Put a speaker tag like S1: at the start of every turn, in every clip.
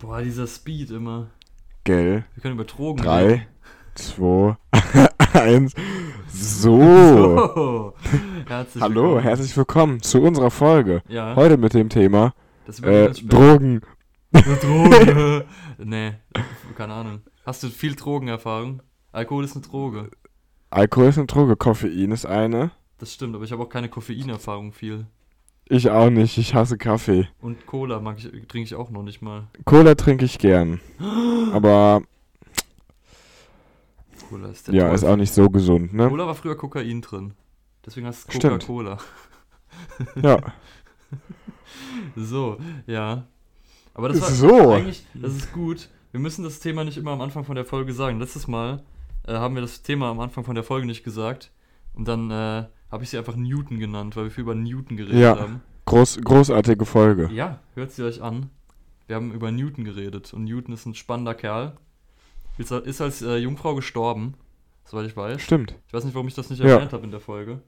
S1: Boah, dieser Speed immer.
S2: Gell?
S1: Wir können über Drogen reden.
S2: Drei, zwei, eins. So.
S1: Oh, herzlich
S2: Hallo,
S1: willkommen.
S2: herzlich willkommen zu unserer Folge.
S1: Ja,
S2: Heute mit dem Thema
S1: das wird
S2: äh,
S1: ganz spät.
S2: Drogen.
S1: Drogen. nee, keine Ahnung. Hast du viel Drogenerfahrung? Alkohol ist eine Droge.
S2: Alkohol ist eine Droge, Koffein ist eine.
S1: Das stimmt, aber ich habe auch keine Koffeinerfahrung viel.
S2: Ich auch nicht, ich hasse Kaffee.
S1: Und Cola mag ich, trinke ich auch noch nicht mal.
S2: Cola trinke ich gern. Aber
S1: Cola ist der
S2: ja, ist
S1: Teufel.
S2: auch nicht so gesund, ne?
S1: Cola war früher Kokain drin. Deswegen heißt es
S2: Stimmt.
S1: Coca-Cola.
S2: Ja.
S1: So, ja. Aber das war
S2: So.
S1: eigentlich, das ist gut. Wir müssen das Thema nicht immer am Anfang von der Folge sagen. Letztes Mal äh, haben wir das Thema am Anfang von der Folge nicht gesagt. Und dann äh, habe ich sie einfach Newton genannt, weil wir viel über Newton geredet
S2: Ja.
S1: haben.
S2: Groß, großartige Folge.
S1: Ja, hört sie euch an. Wir haben über Newton geredet. Und Newton ist ein spannender Kerl. Ist, ist als äh, Jungfrau gestorben, soweit ich weiß.
S2: Stimmt.
S1: Ich weiß nicht, warum ich das nicht
S2: Ja. Hm.
S1: erwähnt habe in der Folge.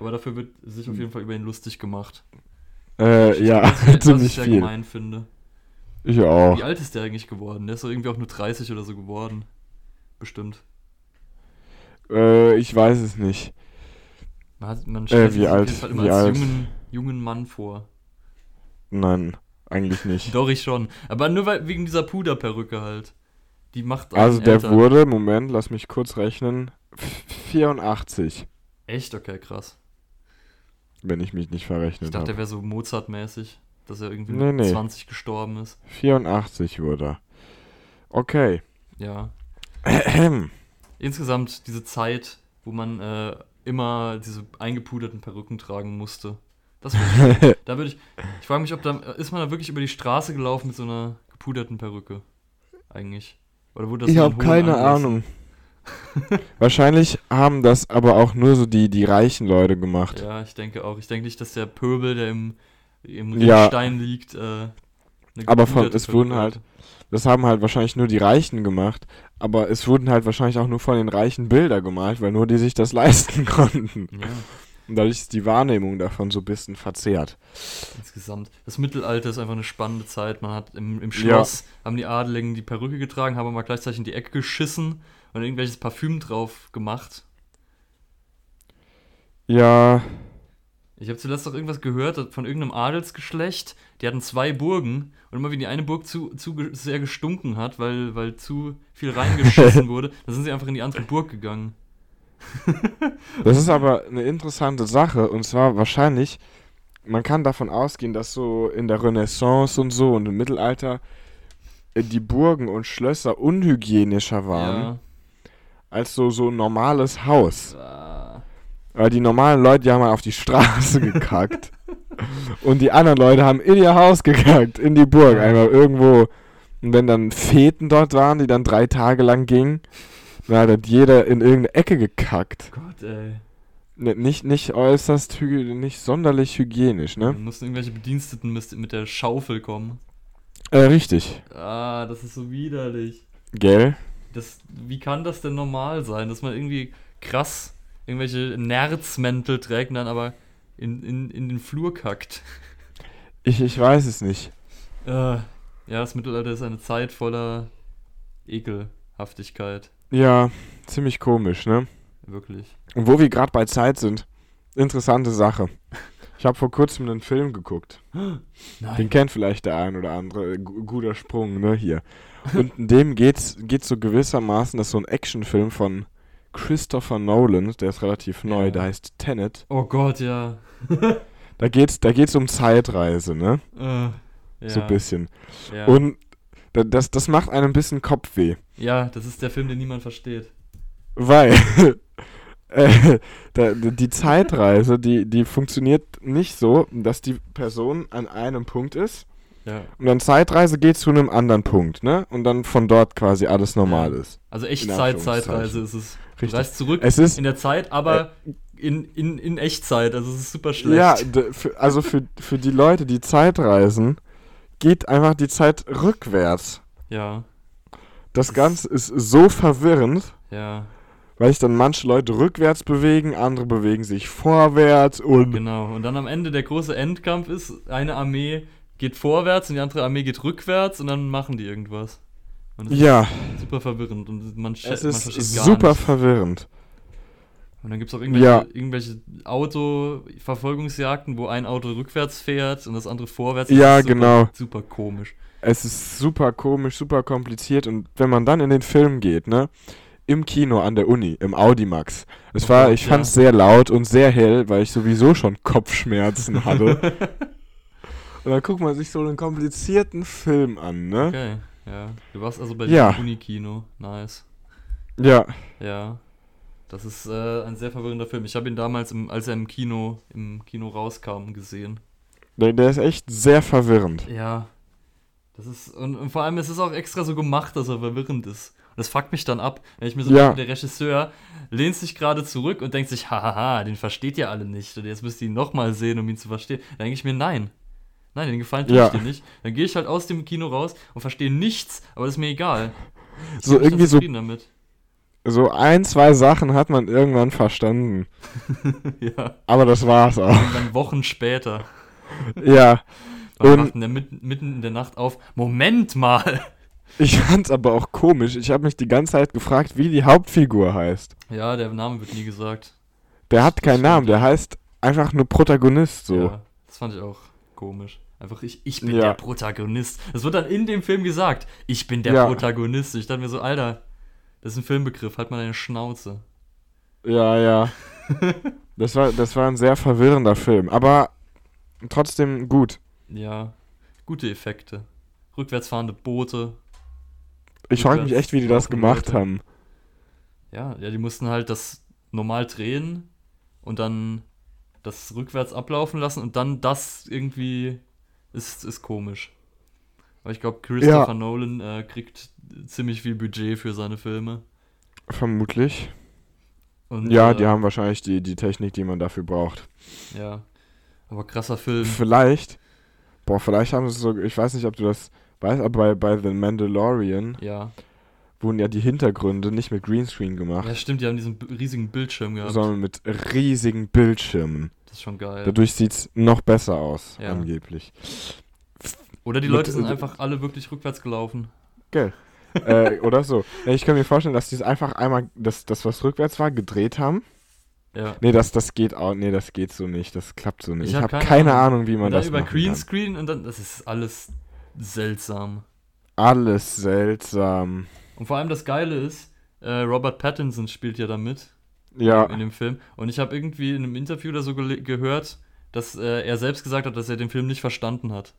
S1: Aber dafür wird sich auf jeden Fall über ihn lustig gemacht.
S2: Äh, ja,
S1: was, ich- was ich
S2: ziemlich
S1: sehr
S2: viel.
S1: gemein finde.
S2: Ich auch.
S1: Wie alt ist der eigentlich geworden? Der ist doch irgendwie auch nur 30 oder so geworden. Bestimmt.
S2: Äh, ich weiß es nicht.
S1: Man, hat, man
S2: Äh,
S1: stellt
S2: wie
S1: sich auf
S2: alt?
S1: jeden Fall immer
S2: Wie
S1: als
S2: alt?
S1: Jungen, jungen Mann vor.
S2: Nein, eigentlich nicht.
S1: Doch, ich schon. Aber nur weil, wegen dieser Puderperücke halt. Die macht einen
S2: Also der
S1: älter.
S2: wurde, Moment, lass mich kurz rechnen, 84,
S1: Echt? Okay, krass.
S2: wenn ich mich nicht
S1: Ich
S2: verrechnet
S1: dachte,
S2: habe.
S1: der wäre so Mozart-mäßig, dass er irgendwie
S2: Genau. Nee,
S1: mit
S2: nee.
S1: 20 gestorben ist.
S2: 84 wurde er. Okay.
S1: Ja.
S2: Ahem.
S1: Insgesamt diese Zeit, wo man äh, immer diese eingepuderten Perücken tragen musste. Das würd ich, da würde ich. Ich frage mich, ob da ist man da wirklich über die Straße gelaufen mit so einer gepuderten Perücke eigentlich? Oder wurde das
S2: Ich
S1: nur
S2: habe
S1: in hohen
S2: keine
S1: Anlässen-
S2: Ahnung. Wahrscheinlich haben das aber auch nur so die, die reichen Leute gemacht.
S1: Ja, ich denke auch. Ich denke nicht, dass der Pöbel, der im, im
S2: Ja.
S1: Riechstein liegt, äh, eine
S2: Aber von-
S1: gepuderte
S2: es wurden
S1: Perücke
S2: halt- Das haben halt wahrscheinlich nur die Reichen gemacht, aber es wurden halt wahrscheinlich auch nur von den Reichen Bilder gemalt, weil nur die sich das leisten konnten.
S1: hatte. Ja.
S2: Und dadurch ist die Wahrnehmung davon so ein bisschen verzerrt.
S1: Insgesamt. Das Mittelalter ist einfach eine spannende Zeit. Man hat im, im Schloss, haben die Adeligen die Perücke getragen, haben aber gleichzeitig in die Ecke geschissen und irgendwelches Parfüm drauf gemacht.
S2: Ja,
S1: Ich habe zuletzt auch irgendwas gehört dass von irgendeinem Adelsgeschlecht. Die hatten zwei Burgen und immer wenn die eine Burg zu, zu ge- sehr gestunken hat, weil, weil zu viel reingeschissen wurde, dann sind sie einfach in die andere Burg gegangen.
S2: Das ist aber eine interessante Sache und zwar wahrscheinlich, man kann davon ausgehen, dass so in der Renaissance und so und im Mittelalter äh, die Burgen und Schlösser unhygienischer waren als so, so ein normales Haus.
S1: Ja. Ah.
S2: Weil die normalen Leute, die haben mal auf die Straße gekackt und die anderen Leute haben in ihr Haus gekackt, in die Burg, einmal irgendwo. Und wenn dann Feten dort waren, die dann drei Tage lang gingen, dann hat halt jeder in irgendeine Ecke gekackt.
S1: Gott, ey.
S2: Ne, nicht, nicht äußerst, hyg- nicht sonderlich hygienisch,
S1: Da
S2: ne?
S1: mussten irgendwelche Bediensteten mit mit der Schaufel kommen.
S2: Äh, richtig.
S1: Ah, das ist so widerlich.
S2: Gell?
S1: Das, wie kann das denn normal sein, dass man irgendwie krass irgendwelche Nerzmäntel trägt und dann aber in, in, in den Flur kackt?
S2: Ich, ich weiß es nicht.
S1: Äh, ja, das Mittelalter ist eine Zeit voller Ekelhaftigkeit.
S2: Ja, ziemlich komisch, ne?
S1: Wirklich.
S2: Und wo wir gerade bei Zeit sind, interessante Sache. Ich habe vor kurzem einen Film geguckt. Den
S1: Nein.
S2: kennt vielleicht der ein oder andere. Gu- Guter Sprung, ne, hier. Und in dem geht's, geht's so gewissermaßen, das ist so ein Actionfilm von Christopher Nolan, der ist relativ neu,
S1: Ja.
S2: der heißt Tenet.
S1: Oh Gott, ja.
S2: Da geht's, da geht's um Zeitreise, ne?
S1: Äh, ja.
S2: So ein bisschen.
S1: Ja.
S2: Und da- das, das macht einem ein bisschen Kopfweh,
S1: ja, das ist der Film, den niemand versteht.
S2: weil äh, da, die Zeitreise, die, die funktioniert nicht so, dass die Person an einem Punkt ist
S1: Ja.
S2: und dann Zeitreise geht zu einem anderen Punkt, ne? Und dann von dort quasi alles normal
S1: Ja.
S2: ist.
S1: Also
S2: In
S1: Echtzeit-Zeitreise ist es. Du
S2: Richtig.
S1: reist zurück
S2: Es ist,
S1: in der Zeit, aber in, in, in Echtzeit. Also es ist super schlecht.
S2: ja, d- für, also für, für die Leute, die Zeitreisen, geht einfach die Zeit rückwärts.
S1: Ja,
S2: Das Ganze ist so verwirrend.
S1: ja.
S2: Weil sich dann manche Leute rückwärts bewegen, andere bewegen sich vorwärts und
S1: Genau, und dann am Ende der große Endkampf ist, eine Armee geht vorwärts und die andere Armee geht rückwärts und dann machen die irgendwas. Und das
S2: Ja,
S1: ist super verwirrend und man, sche-
S2: es
S1: man
S2: ist
S1: versteht gar
S2: super
S1: nichts.
S2: verwirrend.
S1: Und dann gibt es auch irgendwelche,
S2: Ja.
S1: irgendwelche Auto-Verfolgungsjagden, wo ein Auto rückwärts fährt und das andere vorwärts.
S2: Ja,
S1: Das ist super,
S2: genau.
S1: Super komisch.
S2: Es ist super komisch, super kompliziert und wenn man dann in den Film geht, ne? Im Kino an der Uni, im Audimax. Es war,
S1: Gott,
S2: ich fand es sehr laut und sehr hell, weil ich sowieso schon Kopfschmerzen hatte. und dann guckt man sich so einen komplizierten Film an, ne?
S1: Okay, ja. Du warst also bei
S2: Ja.
S1: dem Unikino. Nice.
S2: Ja,
S1: Ja. Das ist äh, ein sehr verwirrender Film. Ich habe ihn damals, im, als er im Kino, im Kino rauskam, gesehen.
S2: der, der ist echt sehr verwirrend.
S1: Ja. Das ist, und, und vor allem, es ist auch extra so gemacht, dass er verwirrend ist. Und das fuckt mich dann ab, wenn ich mir so
S2: Ja.
S1: denke, der Regisseur lehnt sich gerade zurück und denkt sich, hahaha, den versteht ihr alle nicht. Und jetzt müsst ihr ihn nochmal sehen, um ihn zu verstehen. Dann denke ich mir, nein. Nein, den gefallen tue
S2: Ja.
S1: ich dir nicht. Dann gehe ich halt aus dem Kino raus und verstehe nichts, aber das ist mir egal. Bin
S2: So
S1: ich dann
S2: irgendwie so,
S1: zufrieden damit.
S2: so ein, zwei Sachen hat man irgendwann verstanden.
S1: ja,
S2: Aber das war's auch.
S1: und dann Wochen später.
S2: ja,
S1: Man
S2: Und-
S1: wacht in der, mitten, mitten in der Nacht auf. Moment mal!
S2: ich fand's aber auch komisch. Ich habe mich die ganze Zeit gefragt, wie die Hauptfigur heißt.
S1: Ja, der Name wird nie gesagt.
S2: Der hat keinen Namen, der heißt einfach nur Protagonist so.
S1: Ja, das fand ich auch komisch. Einfach, ich, ich bin
S2: Ja.
S1: der Protagonist. Das wird dann in dem Film gesagt. Ich bin der
S2: Ja.
S1: Protagonist. Ich dachte mir so, Alter, das ist ein Filmbegriff, halt mal deine Schnauze.
S2: Ja, ja. das, war, das war ein sehr verwirrender Film, aber trotzdem gut.
S1: Ja, gute Effekte. Rückwärtsfahrende Boote.
S2: Ich frage mich echt, wie die das gemacht haben.
S1: Ja, ja, die mussten halt das normal drehen und dann das rückwärts ablaufen lassen und dann das irgendwie ist, ist komisch. Aber ich glaube, Christopher Nolan äh, kriegt ziemlich viel Budget für seine Filme.
S2: Vermutlich.
S1: Und,
S2: Ja,
S1: äh,
S2: die haben wahrscheinlich die, die Technik, die man dafür braucht.
S1: Ja. Aber krasser Film.
S2: Vielleicht, boah, vielleicht haben sie so, ich weiß nicht, ob du das weißt, aber bei, bei The Mandalorian
S1: Ja.
S2: wurden ja die Hintergründe nicht mit Greenscreen gemacht,
S1: Ja, stimmt, die haben diesen b- riesigen Bildschirm gehabt.
S2: sondern mit riesigen Bildschirmen.
S1: Das ist schon geil.
S2: Dadurch sieht's noch besser aus,
S1: Ja.
S2: angeblich.
S1: Oder die
S2: mit-
S1: Leute sind
S2: äh,
S1: einfach alle wirklich rückwärts gelaufen.
S2: äh, oder so. Ja, Ich kann mir vorstellen, dass die es einfach einmal, das, das was rückwärts war, gedreht haben.
S1: Ja.
S2: Nee, das, das geht auch, nee, das geht so nicht, das klappt so nicht. Ich
S1: hab
S2: habe keine, Ahnung, wie man
S1: Und dann
S2: das
S1: über
S2: machen kann.
S1: Greenscreen und dann, das ist alles seltsam.
S2: Alles seltsam.
S1: Und vor allem das Geile ist, äh, Robert Pattinson spielt ja damit in
S2: Ja,
S1: dem Film. Und ich habe irgendwie in einem Interview oder so gele- gehört, dass äh, er selbst gesagt hat, dass er den Film nicht verstanden hat.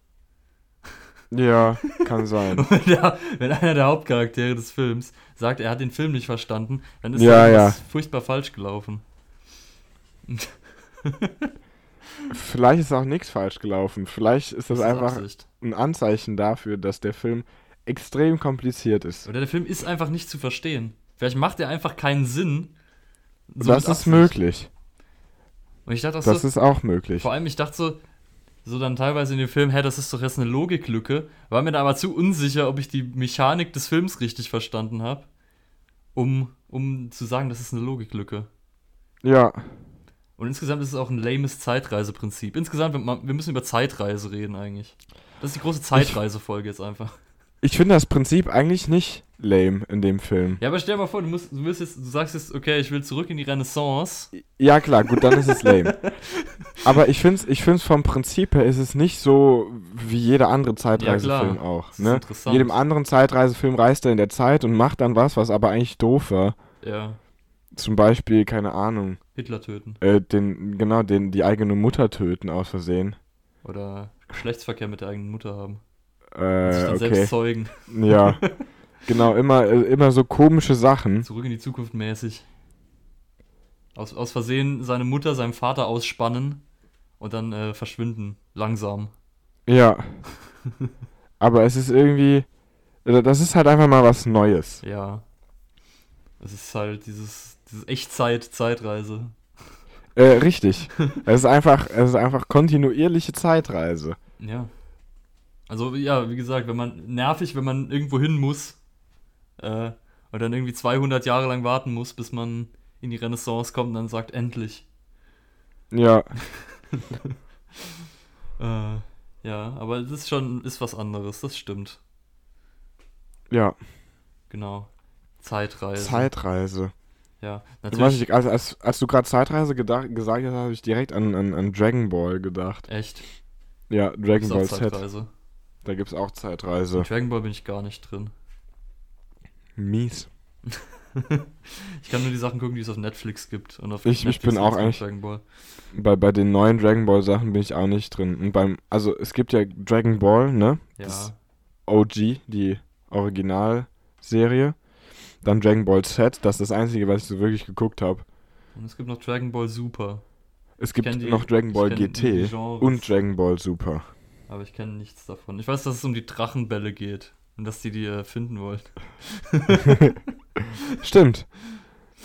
S2: ja, kann sein.
S1: Wenn, der, wenn einer der Hauptcharaktere des Films sagt, er hat den Film nicht verstanden, dann ist
S2: Ja,
S1: da
S2: ja.
S1: irgendwas furchtbar falsch gelaufen.
S2: Vielleicht ist auch nichts falsch gelaufen. Vielleicht ist das,
S1: ist
S2: einfach
S1: Absicht.
S2: ein Anzeichen dafür, dass der Film extrem kompliziert ist.
S1: Oder der Film ist einfach nicht zu verstehen. Vielleicht macht er einfach keinen Sinn. So
S2: das
S1: mit
S2: ist
S1: Absicht.
S2: möglich.
S1: Und ich dachte auch so,
S2: Das ist auch möglich.
S1: vor allem, ich dachte so, so dann teilweise in dem Film, hä, das ist doch jetzt eine Logiklücke. War mir da aber zu unsicher, ob ich die Mechanik des Films richtig verstanden habe, um, um zu sagen, das ist eine Logiklücke.
S2: Ja,
S1: Und insgesamt ist es auch ein lames Zeitreiseprinzip. Insgesamt, wir- man- wir müssen über Zeitreise reden eigentlich. Das ist die große Zeitreisefolge jetzt einfach.
S2: ich finde das Prinzip eigentlich nicht lame in dem Film.
S1: Ja, aber stell dir mal vor, du, musst, du, willst jetzt, du sagst jetzt, okay, ich will zurück in die Renaissance.
S2: Ja, klar, gut, dann ist es lame. Aber ich finde es ich find's vom Prinzip her ist es nicht so wie jeder andere Zeitreisefilm
S1: klar.
S2: auch.
S1: Das ist
S2: Ne?
S1: interessant.
S2: Jedem anderen Zeitreisefilm reist er in der Zeit und macht dann was, was aber eigentlich doof war.
S1: Ja,
S2: Zum Beispiel, keine Ahnung,
S1: Hitler töten.
S2: äh, den, genau, den, die eigene Mutter töten aus Versehen.
S1: Oder Geschlechtsverkehr mit der eigenen Mutter haben. Und sich
S2: Äh,
S1: dann
S2: okay.
S1: selbst zeugen.
S2: Ja. Genau, immer, äh, immer so komische Sachen.
S1: Zurück in die Zukunft mäßig. Aus, aus Versehen seine Mutter, seinem Vater ausspannen und dann äh, verschwinden. Langsam.
S2: Ja. Aber es ist irgendwie. also Das ist halt einfach mal was Neues.
S1: Ja. Es ist halt dieses, dieses Echtzeit-Zeitreise.
S2: Äh, richtig. es ist einfach, es ist einfach kontinuierliche Zeitreise.
S1: Ja. Also, ja, wie gesagt, wenn man nervig, wenn man irgendwo hin muss äh, und dann irgendwie 200 Jahre lang warten muss, bis man in die Renaissance kommt und dann sagt, endlich.
S2: Ja.
S1: Äh, Ja, aber das ist schon ist was anderes, das stimmt.
S2: Ja,
S1: Genau. Zeitreise.
S2: Zeitreise.
S1: Ja,
S2: Ich weiß
S1: Also natürlich.
S2: nicht, als, als, als du gerade Zeitreise gedacht, gesagt hast, habe ich direkt an, an, an Dragon Ball gedacht.
S1: Echt.
S2: Ja, Dragon
S1: Ist
S2: Ball
S1: auch
S2: Z.
S1: Zeitreise.
S2: Da gibt's auch Zeitreise.
S1: Dragon Ball bin ich gar nicht drin.
S2: Mies.
S1: Ich kann nur die Sachen gucken, die es auf Netflix gibt. Und auf
S2: Ich- ich
S1: Netflix
S2: bin auch
S1: gibt's
S2: eigentlich-
S1: Dragon Ball.
S2: Bei, bei den neuen Dragon Ball Sachen bin ich auch nicht drin. Und beim, also es gibt ja Dragon Ball, ne?
S1: Ja.
S2: Das- OG, die Originalserie. Dann Dragon Ball Z, das ist das einzige, was ich so wirklich geguckt habe.
S1: Und es gibt noch Dragon Ball Super.
S2: Es
S1: kenn
S2: gibt
S1: die-
S2: noch Dragon
S1: ich
S2: Ball
S1: kenn nur die
S2: GT
S1: Genres.
S2: und Dragon Ball Super.
S1: Aber ich kenne nichts davon. Ich weiß, dass es um die Drachenbälle geht. Und dass die die äh, finden wollen.
S2: Stimmt.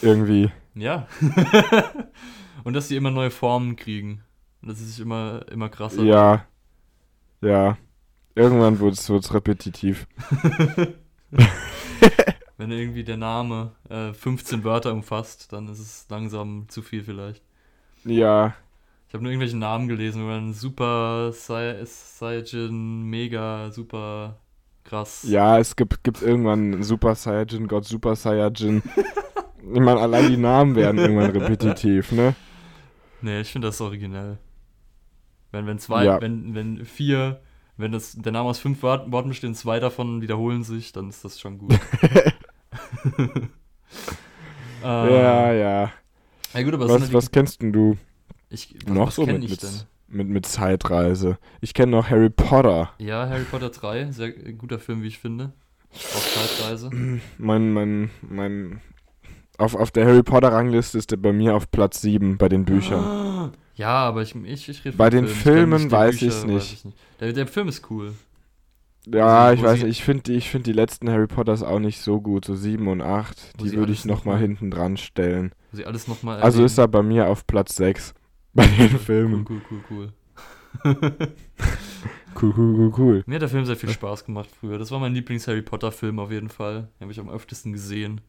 S2: Irgendwie.
S1: Ja. und dass die immer neue Formen kriegen. Und dass sie sich immer, immer krasser
S2: Ja. Ja. Irgendwann wurde es repetitiv.
S1: Wenn irgendwie der Name äh, 15 Wörter umfasst, dann ist es langsam zu viel vielleicht.
S2: Ja.
S1: Ich habe nur irgendwelche Namen gelesen, wo dann Super Sai- Saiyajin, Mega, Super krass.
S2: Ja, es gibt, gibt irgendwann Super Saiyajin, Gott Super Saiyajin. ich meine, allein die Namen werden irgendwann repetitiv, ne?
S1: Nee, ich finde das originell. Wenn, wenn zwei,
S2: Ja.
S1: wenn, wenn vier, wenn das, der Name aus fünf Wort- Worten besteht und zwei davon wiederholen sich, dann ist das schon gut. Ähm, Äh,
S2: Ja, ja.
S1: Ja gut, aber es
S2: Was,
S1: sind halt
S2: was kennst denn du
S1: die- ich, was,
S2: noch
S1: was
S2: so
S1: kenn
S2: mit,
S1: ich
S2: mit,
S1: denn?
S2: mit, mit Zeitreise? Ich kenne noch Harry Potter.
S1: Ja, Harry Potter 3, sehr äh, guter Film, wie ich finde. Auf Zeitreise.
S2: Mein, mein, mein. Auf, auf der Harry Potter-Rangliste ist er bei mir auf Platz 7 bei den
S1: Ah.
S2: Büchern.
S1: Ja, aber ich, ich, ich rede
S2: Bei
S1: vom
S2: den
S1: Film. Ich kenn
S2: Filmen
S1: nicht die
S2: weiß
S1: Bücher,
S2: ich's nicht.
S1: Der, der Film ist cool.
S2: Ja,
S1: Also,
S2: ich
S1: wo
S2: weiß
S1: sie-
S2: nicht, ich finde die, ich find die letzten Harry Potters auch nicht so gut. So 7 und 8,
S1: Wo
S2: die
S1: sie
S2: würde
S1: alles
S2: ich nochmal
S1: noch-
S2: hinten dran stellen.
S1: Wo sie alles nochmal.
S2: Also ist er bei mir auf Platz 6 bei den
S1: Cool,
S2: Filmen.
S1: cool, cool, cool.
S2: Cool, cool, cool, cool.
S1: Mir hat der Film sehr viel Spaß gemacht früher. Das war mein Lieblings-Harry Potter-Film auf jeden Fall. Den habe ich am öftesten gesehen.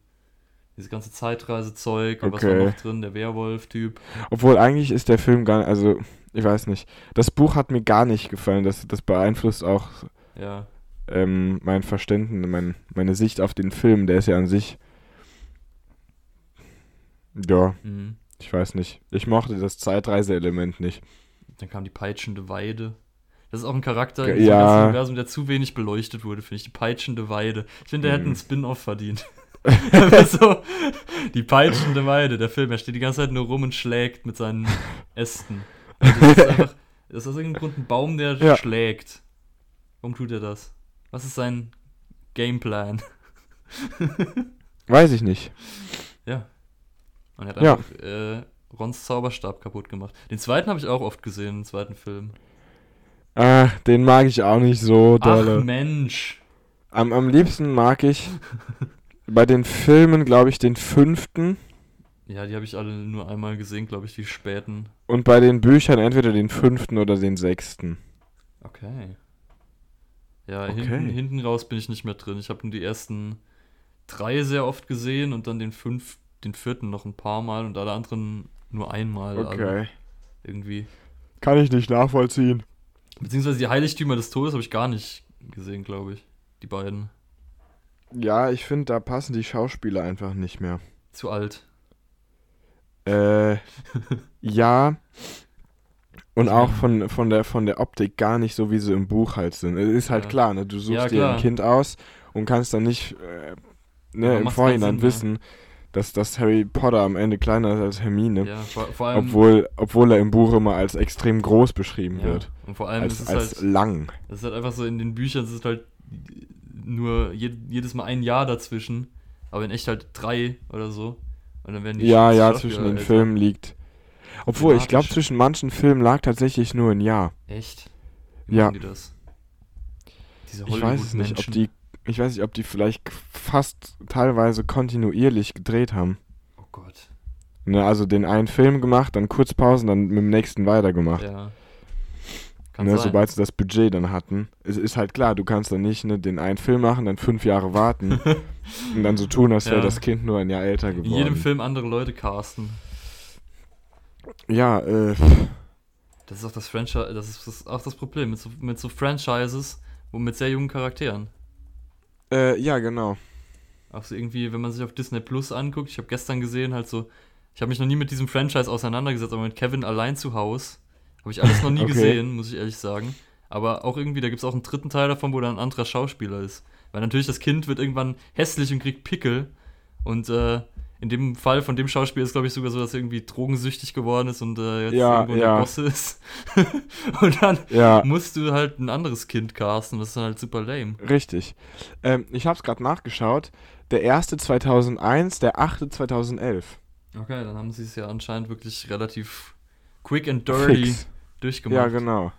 S1: Dieses ganze Zeitreise-Zeug und was war
S2: Okay.
S1: noch drin? Der Werwolf-Typ.
S2: Obwohl eigentlich ist der Film gar also ich weiß nicht. Das Buch hat mir gar nicht gefallen. Das, das beeinflusst auch
S1: Ja.
S2: ähm, mein Verständnis, mein, meine Sicht auf den Film. Der ist ja an sich. Ja,
S1: Mhm.
S2: ich weiß nicht. Ich mochte das Zeitreiseelement nicht.
S1: Dann kam die peitschende Weide. Das ist auch ein Charakter
S2: Ge-
S1: in diesem
S2: ja.
S1: ganzen Universum, der zu wenig beleuchtet wurde, finde ich. Die peitschende Weide. Ich finde, der hätte
S2: Mhm.
S1: einen Spin-off verdient. Einfach so, die peitschende Weide, der Film. Er steht die ganze Zeit nur rum und schlägt mit seinen Ästen. Also das ist einfach, das ist aus irgendeinem Grund ein Baum, der
S2: Ja.
S1: schlägt. Warum tut er das? Was ist sein Gameplan?
S2: Weiß ich nicht.
S1: Ja. Und er hat
S2: Ja.
S1: einfach äh, Rons Zauberstab kaputt gemacht. Den zweiten habe ich auch oft gesehen, den zweiten Film.
S2: Ah, den mag ich auch nicht so
S1: Ach
S2: dolle.
S1: Mensch.
S2: Am, am liebsten mag ich bei den Filmen, glaube ich, den fünften
S1: Ja, die habe ich alle nur einmal gesehen, glaube ich, die späten.
S2: und bei den Büchern entweder den fünften oder den sechsten.
S1: Okay. Ja,
S2: Okay.
S1: Hinten, hinten raus bin ich nicht mehr drin. Ich habe nur die ersten drei sehr oft gesehen und dann den fünf, den vierten noch ein paar Mal und alle anderen nur einmal. Also
S2: Okay.
S1: irgendwie.
S2: Kann ich nicht nachvollziehen.
S1: Beziehungsweise die Heiligtümer des Todes habe ich gar nicht gesehen, glaube ich. Die beiden.
S2: Ja, ich finde, da passen die Schauspieler einfach nicht mehr.
S1: Zu alt.
S2: Äh, ja. Und
S1: Ich
S2: auch
S1: mein-
S2: von, von, der, von der Optik gar nicht so, wie sie im Buch halt sind. Es ist halt
S1: Ja.
S2: klar, ne? Du suchst
S1: Ja,
S2: dir
S1: klar.
S2: ein Kind aus und kannst dann nicht äh,
S1: Ja,
S2: ne, im
S1: macht keinen
S2: Vorhinein
S1: Sinn,
S2: wissen, dass, dass Harry Potter am Ende kleiner ist als Hermine.
S1: Ja, vor, vor allem.
S2: obwohl, obwohl er im Buch immer als extrem groß beschrieben
S1: ja,
S2: wird.
S1: und vor allem ist es
S2: Als, als
S1: halt.
S2: lang.
S1: Es ist halt einfach so, in den Büchern ist es halt nur je, jedes Mal ein Jahr dazwischen, aber in echt halt drei oder so. Und dann werden die halt
S2: Ja,
S1: Sch-
S2: ja,
S1: Schauspieler
S2: zwischen den
S1: älter.
S2: Filmen liegt. Obwohl, ich glaube,
S1: Dramatisch.
S2: zwischen manchen Filmen lag tatsächlich nur ein Jahr.
S1: Echt?
S2: Ja.
S1: machen die das? Diese
S2: Ich weiß es nicht, ob
S1: Hollywood-Menschen.
S2: die, ich weiß nicht, ob die vielleicht k- fast teilweise kontinuierlich gedreht haben.
S1: Oh Gott.
S2: Ne, also den einen Film gemacht, dann kurz Pausen, dann mit dem nächsten weitergemacht.
S1: Ja. Kann
S2: Ne,
S1: sein.
S2: sobald sie das Budget dann hatten. Es ist halt klar, du kannst dann nicht ne, den einen Film machen, dann fünf Jahre warten und dann so tun, als
S1: Ja.
S2: wäre das Kind nur ein Jahr älter
S1: in
S2: geworden.
S1: jedem Film andere Leute casten.
S2: Ja, äh, pff,
S1: Das ist auch das Franchise, das ist, das ist auch das Problem mit so, mit so Franchises und mit sehr jungen Charakteren.
S2: Äh, ja, genau.
S1: Auch so irgendwie, wenn man sich auf Disney Plus anguckt, ich habe gestern gesehen, halt so, ich habe mich noch nie mit diesem Franchise auseinandergesetzt, aber mit Kevin allein zu Haus habe ich alles noch nie
S2: Okay.
S1: gesehen, muss ich ehrlich sagen. Aber auch irgendwie, da gibt es auch einen dritten Teil davon, wo dann ein anderer Schauspieler ist. Weil natürlich das Kind wird irgendwann hässlich und kriegt Pickel. Und äh, in dem Fall von dem Schauspieler ist, glaube ich, sogar so, dass er irgendwie drogensüchtig geworden ist und äh, jetzt
S2: Ja,
S1: irgendwo
S2: ja.
S1: der Boss ist. und dann
S2: Ja,
S1: musst du halt ein anderes Kind casten, das ist dann halt super lame.
S2: richtig. Ähm, ich habe es gerade nachgeschaut. Der erste 2001, der achte 2011.
S1: Okay, dann haben sie es ja anscheinend wirklich relativ quick and dirty
S2: Fix.
S1: durchgemacht.
S2: Ja, genau.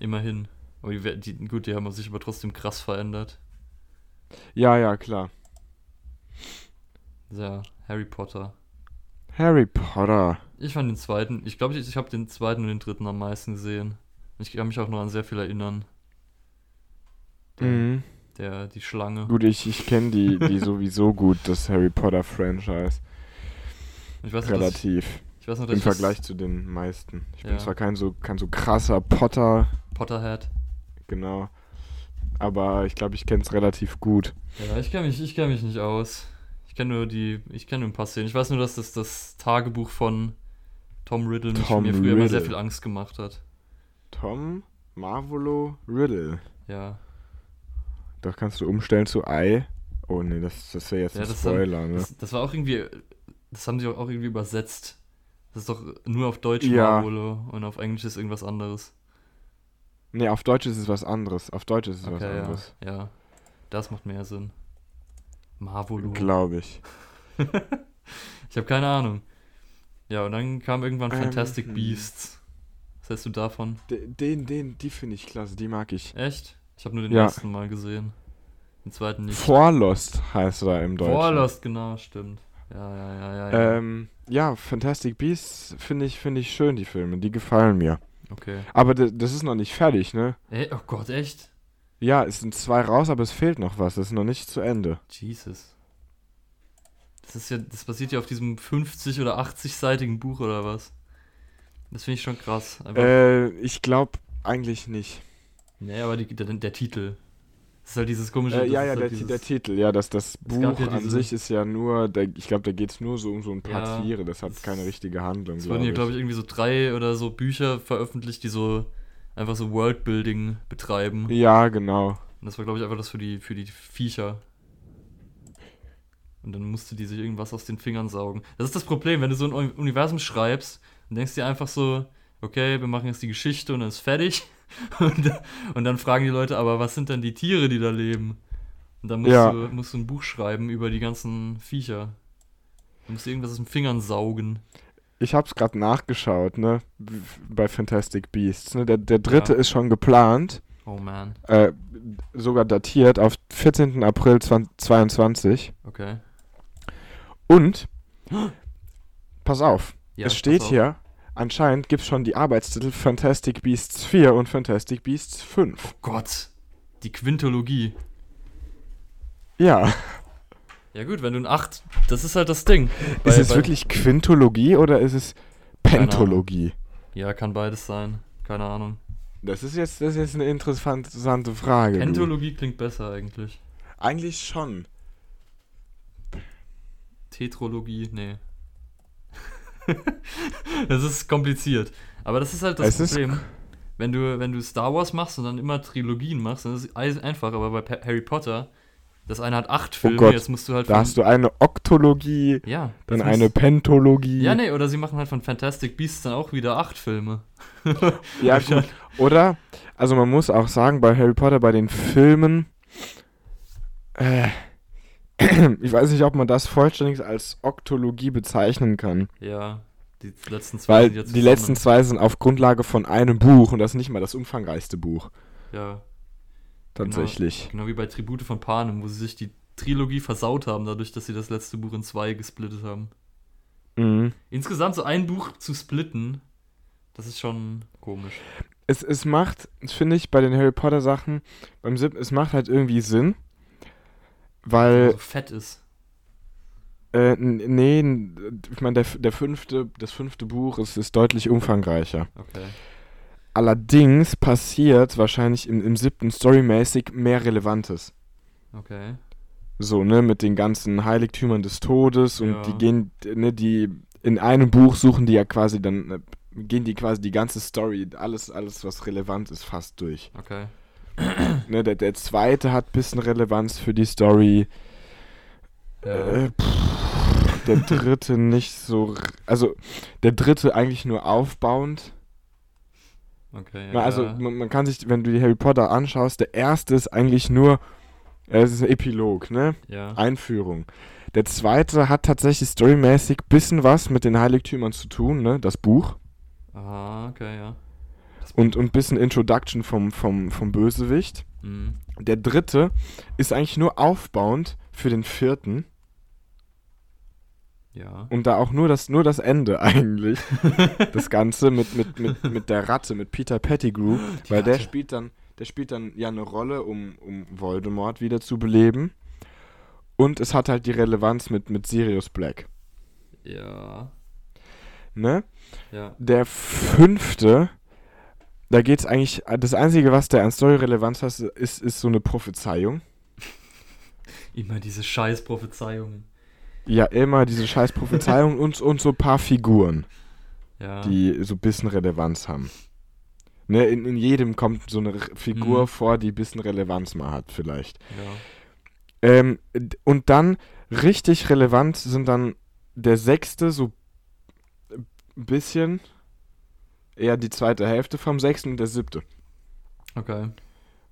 S1: Immerhin. Aber die, wer- die, gut, die haben sich aber trotzdem krass verändert.
S2: Ja, ja, klar.
S1: Ja, Harry Potter.
S2: Harry Potter.
S1: Ich fand den zweiten, ich glaube, ich, ich habe den zweiten und den dritten am meisten gesehen. Ich kann mich auch noch an sehr viel erinnern. Der,
S2: Mhm.
S1: der die Schlange.
S2: Gut, ich, ich kenne die, die sowieso gut, das Harry Potter Franchise.
S1: Ich weiß noch,
S2: Also
S1: dass ich,
S2: Relativ.
S1: ich weiß noch, dass
S2: Im
S1: ich das
S2: Vergleich zu den meisten. Ich
S1: Ja.
S2: bin zwar kein so, kein so krasser Potter,
S1: Potterhead.
S2: genau. Aber ich glaube, ich kenne es relativ gut.
S1: Ja, ich kenne mich, ich kenne mich nicht aus. Ich kenne nur die, ich kenne nur ein paar Szenen. Ich weiß nur, dass das, das Tagebuch von Tom Riddle mich-
S2: Tom
S1: mir früher immer sehr
S2: Riddle.
S1: viel Angst gemacht hat.
S2: Tom Marvolo Riddle.
S1: Ja.
S2: Doch kannst du umstellen zu Ei. Oh nee, das, das wäre jetzt
S1: Ja,
S2: ein
S1: das haben-
S2: Spoiler, ne?
S1: Das, das war auch irgendwie, das haben sie auch, auch irgendwie übersetzt. Das ist doch nur auf Deutsch
S2: Ja.
S1: Marvolo und auf Englisch ist irgendwas anderes.
S2: Nee, auf Deutsch ist es was anderes. Auf Deutsch ist es was
S1: Okay,
S2: anderes.
S1: ja, ja. Das macht mehr Sinn. Marvolo.
S2: Glaube ich.
S1: Ich habe keine Ahnung. Ja, und dann kam irgendwann
S2: Ähm,
S1: Fantastic
S2: hm.
S1: Beasts. Was hältst du davon?
S2: D- Den, den, die finde ich klasse, die mag ich.
S1: Echt? Ich habe nur den
S2: Ja.
S1: ersten Mal gesehen. Den zweiten nicht.
S2: Vorlost heißt er im Deutschen.
S1: Vorlost, genau, stimmt. Ja, ja, ja, ja. ja.
S2: Ähm, ja, Fantastic Beasts finde ich, finde ich schön, die Filme. Die gefallen mir.
S1: okay.
S2: Aber d- das ist noch nicht fertig, ne?
S1: Ey, oh Gott, echt?
S2: Ja, es sind zwei raus, aber es fehlt noch was. Es ist noch nicht zu Ende.
S1: Jesus. Das ist ja, das basiert ja auf diesem 50- oder 80-seitigen Buch oder was? Das finde ich schon krass. Einfach
S2: Äh, ich glaube eigentlich nicht.
S1: Nee, aber die, der, der Titel. Das ist halt dieses komische.
S2: Äh,
S1: das
S2: ja,
S1: ist
S2: ja,
S1: halt
S2: der,
S1: dieses,
S2: der Titel. Ja, das, das
S1: Es gab
S2: Buch
S1: ja
S2: an
S1: diese-
S2: sich ist ja nur, der, ich glaube, da geht es nur so um so ein paar
S1: Ja,
S2: Tiere. Das hat
S1: es-
S2: keine richtige Handlung,
S1: Es
S2: glaube
S1: wurden
S2: ich.
S1: hier, glaube ich, irgendwie so drei oder so Bücher veröffentlicht, die so einfach so Worldbuilding betreiben.
S2: Ja, genau.
S1: Und das war, glaube ich, einfach das für die, für die Viecher. Und dann musste die sich irgendwas aus den Fingern saugen. Das ist das Problem, wenn du so ein Uni- Universum schreibst und denkst dir einfach so, okay, wir machen jetzt die Geschichte und dann ist fertig. Und, und dann fragen die Leute, aber was sind denn die Tiere, die da leben? Und dann musst,
S2: Ja.
S1: du, musst du ein Buch schreiben über die ganzen Viecher. Du musst dir irgendwas aus den Fingern saugen.
S2: Ich habe es gerade nachgeschaut, ne? b- Bei Fantastic Beasts. Ne? Der, der dritte
S1: Ja.
S2: ist schon geplant.
S1: Oh man,
S2: äh, sogar datiert auf 14. April 2022.
S1: okay.
S2: Und, pass auf,
S1: Ja,
S2: es steht
S1: pass auf.
S2: hier, anscheinend gibt es schon die Arbeitstitel Fantastic Beasts 4 und Fantastic Beasts 5.
S1: Oh Gott, die Quintologie.
S2: Ja,
S1: Ja gut, wenn du ein 8, das ist halt das Ding. Bei-
S2: ist es
S1: bei-
S2: wirklich Quintologie oder ist es
S1: Ahnung.
S2: Pentologie?
S1: Ja, kann beides sein. Keine Ahnung.
S2: Das ist jetzt, das ist jetzt eine interessante Frage. du.
S1: Pentologie klingt besser eigentlich.
S2: Eigentlich schon.
S1: Tetrologie, nee. das ist kompliziert. Aber das ist halt das
S2: Es ist
S1: Problem. Wenn du, wenn du Star Wars machst und dann immer Trilogien machst, dann ist es eis- einfach, aber bei Pa- Harry Potter, das eine hat acht Filme,
S2: Oh Gott,
S1: jetzt musst du halt
S2: Da hast du eine Oktologie,
S1: ja,
S2: dann
S1: jetzt musst-
S2: eine Pentologie.
S1: Ja, nee, oder sie machen halt von Fantastic Beasts dann auch wieder acht Filme.
S2: Ja, gut. Oder, also man muss auch sagen, bei Harry Potter, bei den Filmen, äh, ich weiß nicht, ob man das vollständig als Oktologie bezeichnen kann.
S1: Ja, die letzten zwei
S2: Weil
S1: sind ja
S2: die
S1: zusammen.
S2: letzten zwei sind auf Grundlage von einem Buch und das ist nicht mal das umfangreichste Buch,
S1: Ja,
S2: tatsächlich.
S1: genau wie bei Tribute von Panem, wo sie sich die Trilogie versaut haben, dadurch, dass sie das letzte Buch in zwei gesplittet haben.
S2: Mhm.
S1: Insgesamt so ein Buch zu splitten, das ist schon komisch.
S2: Es, es macht, finde ich, bei den Harry Potter Sachen, beim siebten, es macht halt irgendwie Sinn,
S1: Weil
S2: weil
S1: so fett ist.
S2: Äh, n- nee, n- ich meine, der, f- der fünfte, das fünfte Buch ist, ist deutlich umfangreicher.
S1: Okay.
S2: Allerdings passiert wahrscheinlich im, im siebten Storymäßig mehr Relevantes.
S1: Okay.
S2: So, ne, mit den ganzen Heiligtümern des Todes und
S1: Ja.
S2: die gehen, ne, die in einem Buch suchen die ja quasi dann, äh, gehen die quasi die ganze Story, alles, alles, was relevant ist, fast durch.
S1: Okay.
S2: Ne, der, der zweite hat ein bisschen Relevanz für die Story.
S1: Ja.
S2: Äh, pff, der dritte nicht so. r- Also, der dritte eigentlich nur aufbauend.
S1: Okay.
S2: Na,
S1: Ja.
S2: also, man, man kann sich, wenn du die Harry Potter anschaust, der erste ist eigentlich nur. äh, Es ist ein Epilog, ne?
S1: ja.
S2: Einführung. Der zweite hat tatsächlich storymäßig bisschen was mit den Heiligtümern zu tun, ne? Das Buch.
S1: Aha, okay, ja.
S2: Und ein bisschen Introduction vom, vom, vom Bösewicht.
S1: Mhm.
S2: Der dritte ist eigentlich nur aufbauend für den vierten.
S1: Ja.
S2: Und da auch nur das, nur das Ende eigentlich. das Ganze mit, mit, mit, mit der Ratte, mit Peter Pettigrew.
S1: Die
S2: weil der
S1: Ratte.
S2: spielt dann, der spielt dann ja eine Rolle, um, um Voldemort wieder zu beleben. Und es hat halt die Relevanz mit, mit Sirius Black.
S1: Ja.
S2: Ne?
S1: Ja.
S2: Der fünfte, da geht's eigentlich, das Einzige, was der an Story-Relevanz hat, ist, ist so eine Prophezeiung.
S1: Immer diese scheiß Prophezeiungen.
S2: Ja, immer diese scheiß Prophezeiung und, und so ein paar Figuren.
S1: Ja.
S2: die so ein bisschen Relevanz haben. Ne, in, in jedem kommt so eine R- Figur
S1: Mhm.
S2: vor, die ein bisschen Relevanz mal hat, vielleicht.
S1: ja.
S2: Ähm, d- und dann richtig relevant sind dann der sechste, so ein bisschen, eher die zweite Hälfte vom sechsten und der siebte.
S1: Okay.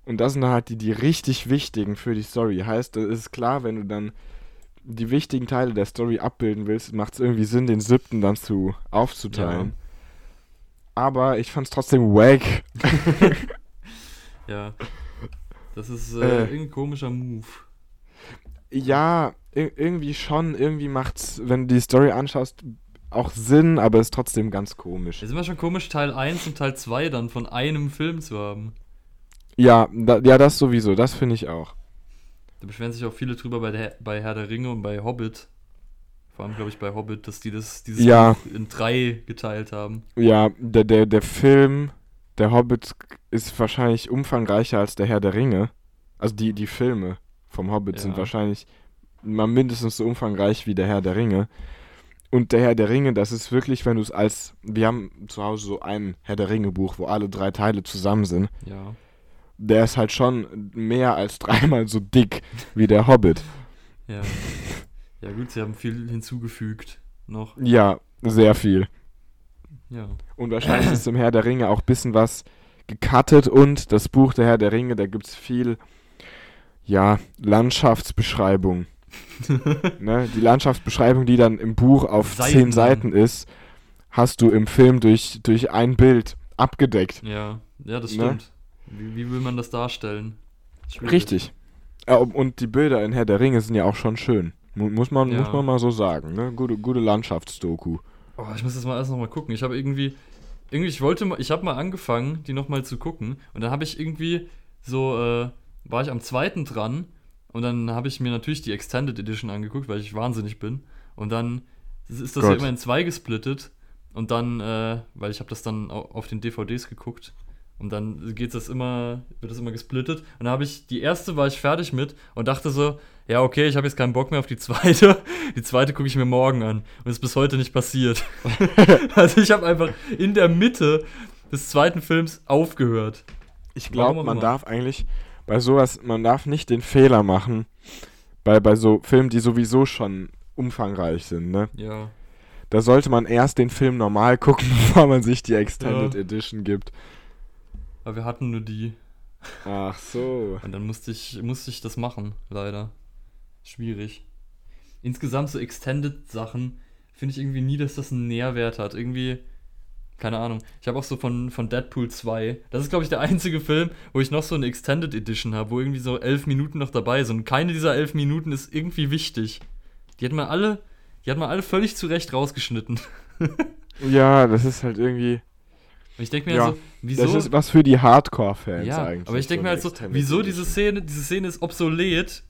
S2: Und das sind dann halt die, die richtig wichtigen für die Story. Heißt, es ist klar, wenn du dann die wichtigen Teile der Story abbilden willst, macht es irgendwie Sinn, den siebten dann zu aufzuteilen.
S1: Ja.
S2: Aber ich fand's trotzdem wack.
S1: Ja. Das ist äh,
S2: Äh.
S1: irgendein komischer Move.
S2: Ja, ir irgendwie schon, irgendwie macht's, wenn du die Story anschaust, auch Sinn, aber ist trotzdem ganz komisch.
S1: Es ist immer schon komisch, Teil 1 und Teil 2 dann von einem Film zu haben.
S2: Ja, da, ja, das sowieso, das finde ich auch.
S1: Da beschweren sich auch viele drüber bei, der, bei Herr der Ringe und bei Hobbit. Vor allem, glaube ich, bei Hobbit, dass die das, dieses
S2: Ja.
S1: Buch in drei geteilt haben.
S2: Ja, der, der, der Film, der Hobbit ist wahrscheinlich umfangreicher als der Herr der Ringe. Also die, die Filme vom Hobbit sind
S1: Ja.
S2: wahrscheinlich mal mindestens so umfangreich wie der Herr der Ringe. Und der Herr der Ringe, das ist wirklich, wenn du es als, wir haben zu Hause so ein Herr der Ringe Buch, wo alle drei Teile zusammen sind.
S1: Ja.
S2: der ist halt schon mehr als dreimal so dick wie der Hobbit.
S1: Ja. Ja, gut, sie haben viel hinzugefügt. Noch.
S2: Ja, sehr viel.
S1: Ja.
S2: Und wahrscheinlich ist im Herr der Ringe auch ein bisschen was gecuttet und das Buch der Herr der Ringe, da gibt es viel, ja, Landschaftsbeschreibung. ne? Die Landschaftsbeschreibung, die dann im Buch auf
S1: Seiten.
S2: zehn Seiten ist, hast du im Film durch, durch ein Bild abgedeckt.
S1: Ja. Ja, das
S2: Ne?
S1: stimmt. Wie, wie will man das darstellen? Schwierig.
S2: Richtig. Ja, ob- Und die Bilder in Herr der Ringe sind ja auch schon schön. Mu- Muss man,
S1: Ja.
S2: muss man mal so sagen. Ne? Gute, gute Landschaftsdoku.
S1: Oh, ich muss das mal alles nochmal gucken. Ich habe irgendwie, irgendwie, ich wollte mal, ich habe mal angefangen, die nochmal zu gucken. Und dann habe ich irgendwie so, äh, war ich am zweiten dran. Und dann habe ich mir natürlich die Extended Edition angeguckt, weil ich wahnsinnig bin. Und dann ist das ja
S2: Gott.
S1: immer in zwei gesplittet. Und dann, äh, weil ich habe das dann au- auf den DVDs geguckt. Und dann geht das immer, wird das immer gesplittet. Und dann habe ich, die erste war ich fertig mit und dachte so, ja, okay, ich habe jetzt keinen Bock mehr auf die zweite. Die zweite gucke ich mir morgen an. Und ist bis heute nicht passiert. also ich habe einfach in der Mitte des zweiten Films aufgehört.
S2: Ich
S1: Warum
S2: glaube,
S1: auch
S2: man
S1: immer.
S2: darf eigentlich bei sowas, man darf nicht den Fehler machen, bei, bei so Filmen, die sowieso schon umfangreich sind, ne?
S1: Ja.
S2: Da sollte man erst den Film normal gucken, bevor man sich die Extended
S1: Ja.
S2: Edition gibt.
S1: Aber wir hatten nur die.
S2: Ach so.
S1: Und dann musste ich, musste ich das machen, leider. Schwierig. Insgesamt so Extended-Sachen finde ich irgendwie nie, dass das einen Nährwert hat. Irgendwie, keine Ahnung. Ich habe auch so von, von Deadpool 2. Das ist, glaube ich, der einzige Film, wo ich noch so eine Extended Edition habe, wo irgendwie so elf Minuten noch dabei sind. Und keine dieser elf Minuten ist irgendwie wichtig. Die hat man alle, die hat man alle völlig zurecht rausgeschnitten.
S2: Ja, das ist halt irgendwie.
S1: Und ich denke mir
S2: Ja,
S1: also, wieso.
S2: Das ist was für die Hardcore-Fans
S1: Ja,
S2: eigentlich.
S1: aber ich denke mir
S2: eine
S1: halt so,
S2: Extended
S1: wieso
S2: Edition.
S1: diese Szene, diese Szene ist obsolet.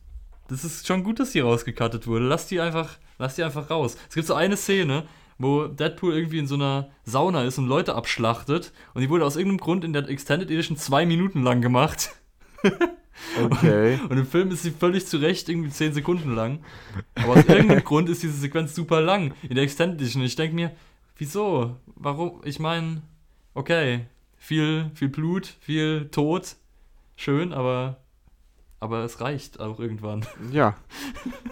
S1: Das ist schon gut, dass die rausgekattet wurde. Lass die einfach, lass die einfach raus. Es gibt so eine Szene, wo Deadpool irgendwie in so einer Sauna ist und Leute abschlachtet. Und die wurde aus irgendeinem Grund in der Extended Edition zwei Minuten lang gemacht.
S2: Okay.
S1: Und im Film ist sie völlig zurecht irgendwie zehn Sekunden lang. Aber aus irgendeinem Grund ist diese Sequenz super lang in der Extended Edition. Und ich denke mir, wieso? Warum? Ich meine, okay, viel, viel Blut, viel Tod, schön, aber, aber es reicht auch irgendwann.
S2: Ja.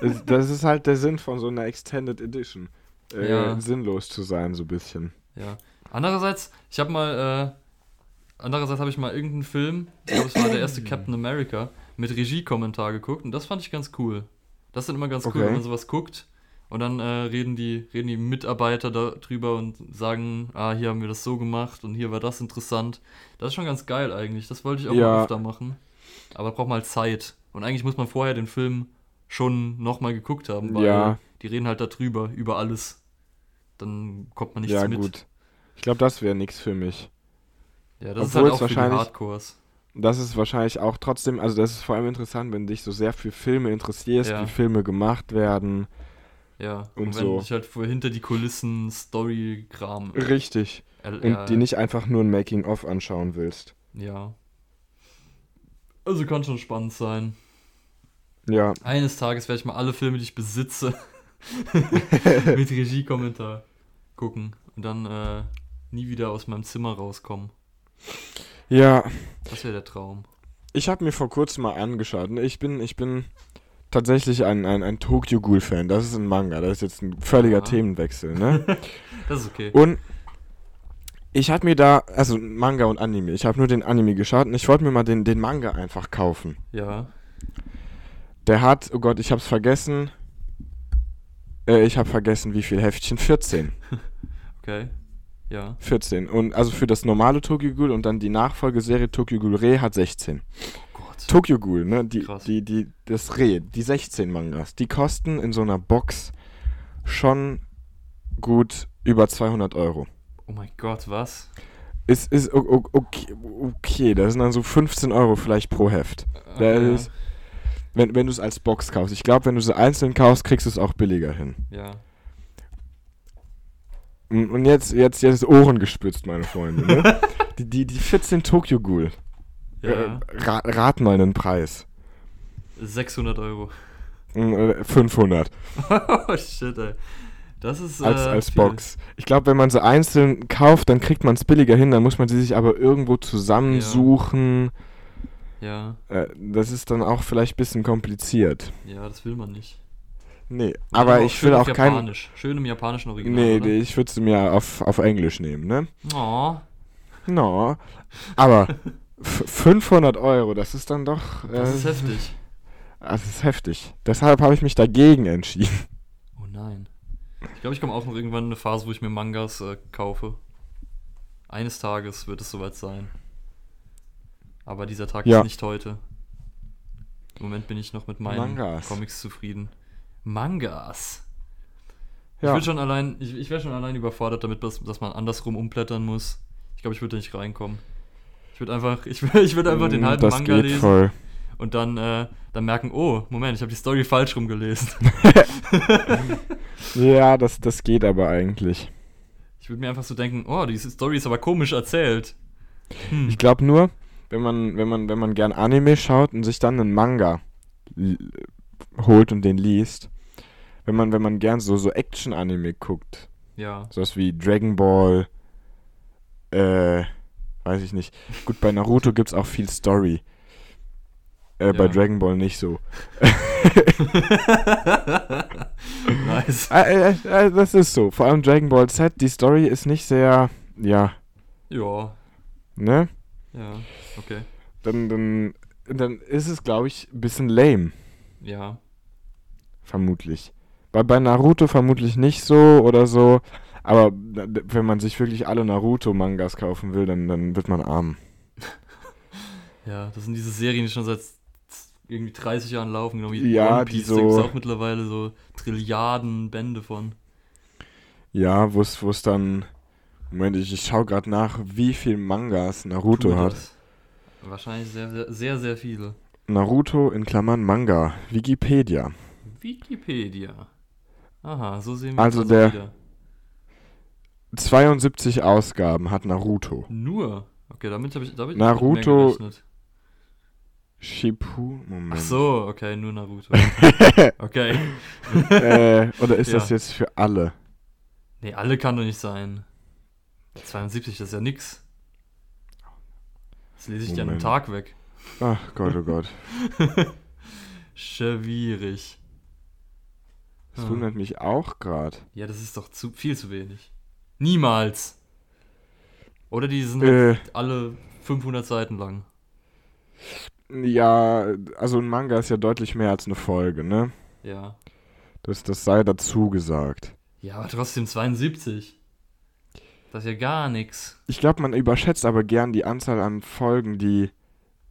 S2: Es- Das ist halt der Sinn von so einer Extended Edition. Äh,
S1: Ja.
S2: Sinnlos zu sein, so ein bisschen.
S1: Ja. Andererseits, ich habe mal, äh, andererseits habe ich mal irgendeinen Film, ich glaube, es war der erste Captain America, mit Regiekommentar geguckt und das fand ich ganz cool. Das sind immer ganz cool,
S2: Okay.
S1: wenn man sowas guckt und dann äh, reden, die, reden die Mitarbeiter darüber und sagen, ah, hier haben wir das so gemacht und hier war das interessant. Das ist schon ganz geil eigentlich, das wollte ich auch mal
S2: Ja.
S1: öfter machen. Aber braucht mal Zeit und eigentlich muss man vorher den Film schon nochmal geguckt haben, weil
S2: Ja.
S1: die reden halt darüber, über alles. Dann kommt man nichts
S2: ja,
S1: mit.
S2: gut. Ich glaube, das wäre nichts für mich.
S1: Ja, das
S2: Obwohl
S1: ist
S2: es
S1: halt auch für die
S2: wahrscheinlich-
S1: Hardcores.
S2: Das ist wahrscheinlich auch trotzdem, also das ist vor allem interessant, wenn du dich so sehr für Filme interessierst,
S1: Ja.
S2: wie Filme gemacht werden.
S1: Ja. Und,
S2: Und
S1: wenn
S2: so.
S1: ich halt vor hinter die Kulissen Story-Kram.
S2: Richtig.
S1: äh,
S2: Und
S1: äh,
S2: die nicht einfach nur ein Making-of anschauen willst.
S1: Ja. Also kann schon spannend sein.
S2: Ja,
S1: Eines Tages werde ich mal alle Filme, die ich besitze, mit Regiekommentar gucken und dann äh, nie wieder aus meinem Zimmer rauskommen.
S2: ja.
S1: Das wäre der Traum.
S2: Ich habe mir vor kurzem mal angeschaut. ne, Ich bin, ich bin tatsächlich ein, ein, ein Tokyo Ghoul-Fan. Das ist ein Manga. Das ist jetzt ein völliger
S1: Ja.
S2: Themenwechsel, ne?
S1: Das ist okay.
S2: und ich habe mir da, also Manga und Anime, ich habe nur den Anime geschaut und ich wollte mir mal den, den Manga einfach kaufen.
S1: Ja.
S2: Der hat, oh Gott, ich hab's vergessen. Äh, ich hab vergessen, wie viel Heftchen? 14.
S1: Okay. Ja.
S2: 14. Und also für das normale Tokyo Ghoul und dann die Nachfolgeserie Tokyo Ghoul Re hat 16.
S1: Oh Gott.
S2: Tokyo Ghoul, ne? Die,
S1: Krass.
S2: die, die, das Re, die 16 Mangas, die kosten in so einer Box schon gut über 200 Euro.
S1: Oh mein Gott, was?
S2: Ist, ist o- o- okay, okay, das sind dann so 15 Euro vielleicht pro Heft.
S1: Okay,
S2: Das ist, wenn, wenn du es als Box kaufst. Ich glaube, wenn du sie einzeln kaufst, kriegst du es auch billiger hin.
S1: ja.
S2: Und und jetzt, jetzt, jetzt ist Ohren gespitzt, meine Freunde. Ne? die, die, die 14 Tokyo Ghoul.
S1: Ja.
S2: Äh,
S1: ja.
S2: ra rat mal einen Preis.
S1: 600 Euro.
S2: Mm, äh, 500
S1: Oh shit, ey. Das ist.
S2: als,
S1: äh,
S2: als
S1: viel.
S2: Box. Ich glaube, wenn man sie einzeln kauft, dann kriegt man es billiger hin. Dann muss man sie sich aber irgendwo zusammensuchen.
S1: Ja,
S2: Äh, das ist dann auch vielleicht ein bisschen kompliziert.
S1: ja, das will man nicht.
S2: Nee,
S1: Und
S2: aber
S1: dann
S2: ich
S1: schön
S2: will
S1: auf
S2: auch kein...
S1: Japanisch. ne? Schön im japanischen Original.
S2: Nee,
S1: oder?
S2: nee, ich würde sie mir auf, auf Englisch nehmen, ne?
S1: Oh,
S2: No. Aber f- 500 Euro, das ist dann doch...
S1: das ist
S2: äh,
S1: heftig.
S2: Das Also, ist heftig. Deshalb habe ich mich dagegen entschieden.
S1: Oh nein. Ich glaube, ich komme auch noch irgendwann in eine Phase, wo ich mir Mangas äh, kaufe. Eines Tages wird es soweit sein. Aber dieser Tag
S2: Ja.
S1: ist nicht heute. Im Moment bin ich noch mit meinen
S2: Mangas.
S1: Comics zufrieden. Mangas. Ich
S2: Ja.
S1: würde schon allein, ich, ich wäre schon allein überfordert damit, dass, dass man andersrum umblättern muss. Ich glaube, ich würde da nicht reinkommen. Ich würde einfach, ich würde ich würd einfach den
S2: Mm,
S1: halben
S2: das
S1: Manga
S2: geht
S1: lesen
S2: voll.
S1: und dann, äh, dann merken, oh, Moment, ich habe die Story falsch rum gelesen.
S2: Ja, das, das geht aber eigentlich.
S1: Ich würde mir einfach so denken, oh, diese Story ist aber komisch erzählt. Hm.
S2: Ich glaube nur, wenn man, wenn, man, wenn man gern Anime schaut und sich dann einen Manga l- holt und den liest, wenn man, wenn man gern so, so Action-Anime guckt,
S1: Ja,
S2: sowas wie Dragon Ball, äh, weiß ich nicht. Gut, bei Naruto gibt's auch viel Story. Äh, Bei
S1: Ja.
S2: Dragon Ball nicht so.
S1: nice.
S2: Äh, äh, äh, das ist so. Vor allem Dragon Ball Z, die Story ist nicht sehr, ja,
S1: Ja,
S2: ne?
S1: ja, okay.
S2: Dann, dann, dann ist es, glaube ich, ein bisschen lame,
S1: Ja,
S2: vermutlich. Bei, bei Naruto vermutlich nicht so oder so. Aber na, d- wenn man sich wirklich alle Naruto-Mangas kaufen will, dann, dann wird man arm.
S1: ja, das sind diese Serien, die schon seit z- irgendwie 30 Jahren laufen, genau wie
S2: Ja,
S1: One
S2: die
S1: Piece.
S2: so-
S1: Da gibt es auch mittlerweile so Trilliarden Bände von.
S2: Ja, wo es dann. Moment, ich, ich schaue gerade nach, wie viel Mangas Naruto
S1: Tut
S2: hat.
S1: das. Wahrscheinlich sehr, sehr, sehr, sehr viele.
S2: Naruto in Klammern Manga, Wikipedia.
S1: Wikipedia. Aha, so sehen wir
S2: Also
S1: uns
S2: der-
S1: wieder.
S2: 72 Ausgaben hat Naruto.
S1: Nur? Okay, damit habe ich, damit
S2: Naruto-
S1: ich mehr gerechnet.
S2: Shippuden, Moment.
S1: Ach so, okay, nur Naruto. Okay.
S2: äh, oder ist das
S1: Ja.
S2: jetzt für alle?
S1: Nee, alle kann doch nicht sein. 72, das ist ja nix. Das lese ich dir an einem
S2: Moment.
S1: Tag weg.
S2: Ach Gott, oh Gott.
S1: Schwierig.
S2: Das
S1: Ah.
S2: wundert mich auch gerade.
S1: Ja, das ist doch zu, viel zu wenig. Niemals. Oder die sind halt
S2: Äh,
S1: alle 500 Seiten lang.
S2: ja, also ein Manga ist ja deutlich mehr als eine Folge, ne?
S1: Ja.
S2: Das, das sei dazu gesagt.
S1: Ja, aber trotzdem 72. Das ist ja gar nix.
S2: Ich glaube, man überschätzt aber gern die Anzahl an Folgen, die.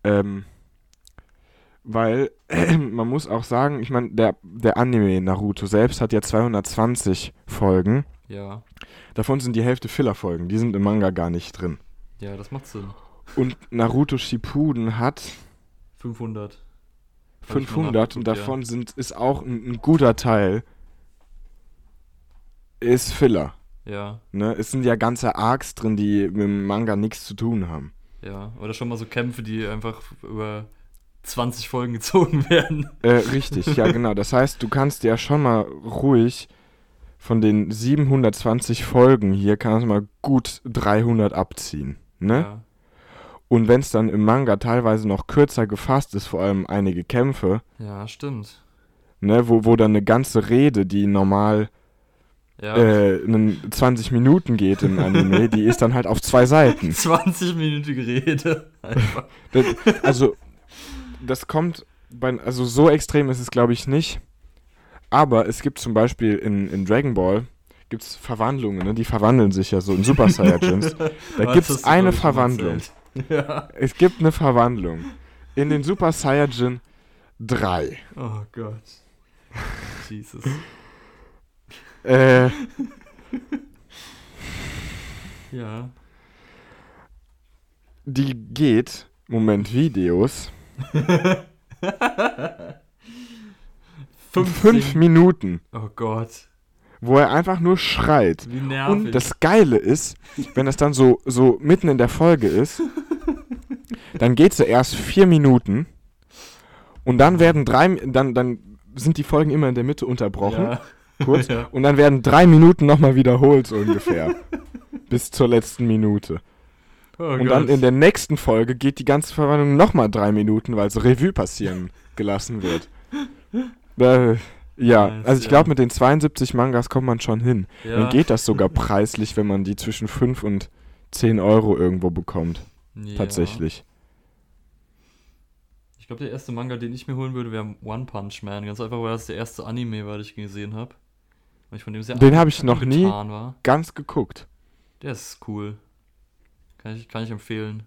S2: Ähm, weil man muss auch sagen, ich meine, der, der Anime Naruto selbst hat ja 220 Folgen.
S1: Ja.
S2: Davon sind die Hälfte Filler-Folgen. Die sind im Manga gar nicht drin.
S1: Ja, das macht Sinn.
S2: Und Naruto Shippuden hat
S1: 500. Hab ich mal
S2: 500
S1: nachgeguckt,
S2: und
S1: ja.
S2: davon sind, ist auch ein, ein guter Teil ist Filler.
S1: Ja,
S2: Ne? Es sind ja ganze Arcs drin, die mit dem Manga nichts zu tun haben.
S1: ja. Oder schon mal so Kämpfe, die einfach über 20 Folgen gezogen werden.
S2: Äh, richtig, ja genau. Das heißt, du kannst ja schon mal ruhig von den 720 Folgen hier, kannst du mal gut 300 abziehen. Ne?
S1: Ja.
S2: Und wenn es dann im Manga teilweise noch kürzer gefasst ist, vor allem einige Kämpfe,
S1: ja, stimmt.
S2: ne, wo, wo dann eine ganze Rede, die normal
S1: Ja.
S2: äh, einen 20 Minuten geht im Anime, die ist dann halt auf zwei Seiten.
S1: 20-minütige Rede. Einfach.
S2: Das, also, das kommt, bei, also so extrem ist es, glaube ich, nicht. Aber es gibt zum Beispiel in, in Dragon Ball gibt's Verwandlungen, ne? die verwandeln sich ja so in Super Saiyajins. Da
S1: Was
S2: gibt
S1: hast
S2: es
S1: du,
S2: eine
S1: glaub ich, schon mal
S2: Verwandlung.
S1: erzählt? Ja.
S2: Es gibt eine Verwandlung. In den Super Saiyajin 3.
S1: Oh Gott. Jesus.
S2: Äh,
S1: Ja.
S2: die geht, Moment, Videos, 5
S1: 15.
S2: Minuten,
S1: Oh Gott.
S2: wo er einfach nur schreit.
S1: Wie
S2: Und
S1: nervig.
S2: das Geile ist, wenn das dann so, so mitten in der Folge ist, dann geht sie erst vier Minuten und dann werden drei, dann, dann sind die Folgen immer in der Mitte unterbrochen,
S1: ja.
S2: kurz,
S1: Ja.
S2: und dann werden drei Minuten nochmal wiederholt, so ungefähr. bis zur letzten Minute.
S1: Oh
S2: und dann in der nächsten Folge geht die ganze Verwandlung nochmal drei Minuten, weil es Revue passieren gelassen wird. Äh, ja,
S1: Nice,
S2: also ich
S1: ja.
S2: glaube, mit den 72 Mangas kommt man schon hin.
S1: ja.
S2: Dann geht das sogar preislich, wenn man die zwischen 5 und 10 Euro irgendwo bekommt.
S1: ja.
S2: Tatsächlich.
S1: Ich glaube, der erste Manga, den ich mir holen würde, wäre One Punch Man. Ganz einfach, weil das der erste Anime war, den ich gesehen habe. Und ich von dem sehr
S2: Den habe ich noch nie
S1: angetan war.
S2: ganz geguckt.
S1: Der ist cool. Kann ich, kann ich empfehlen.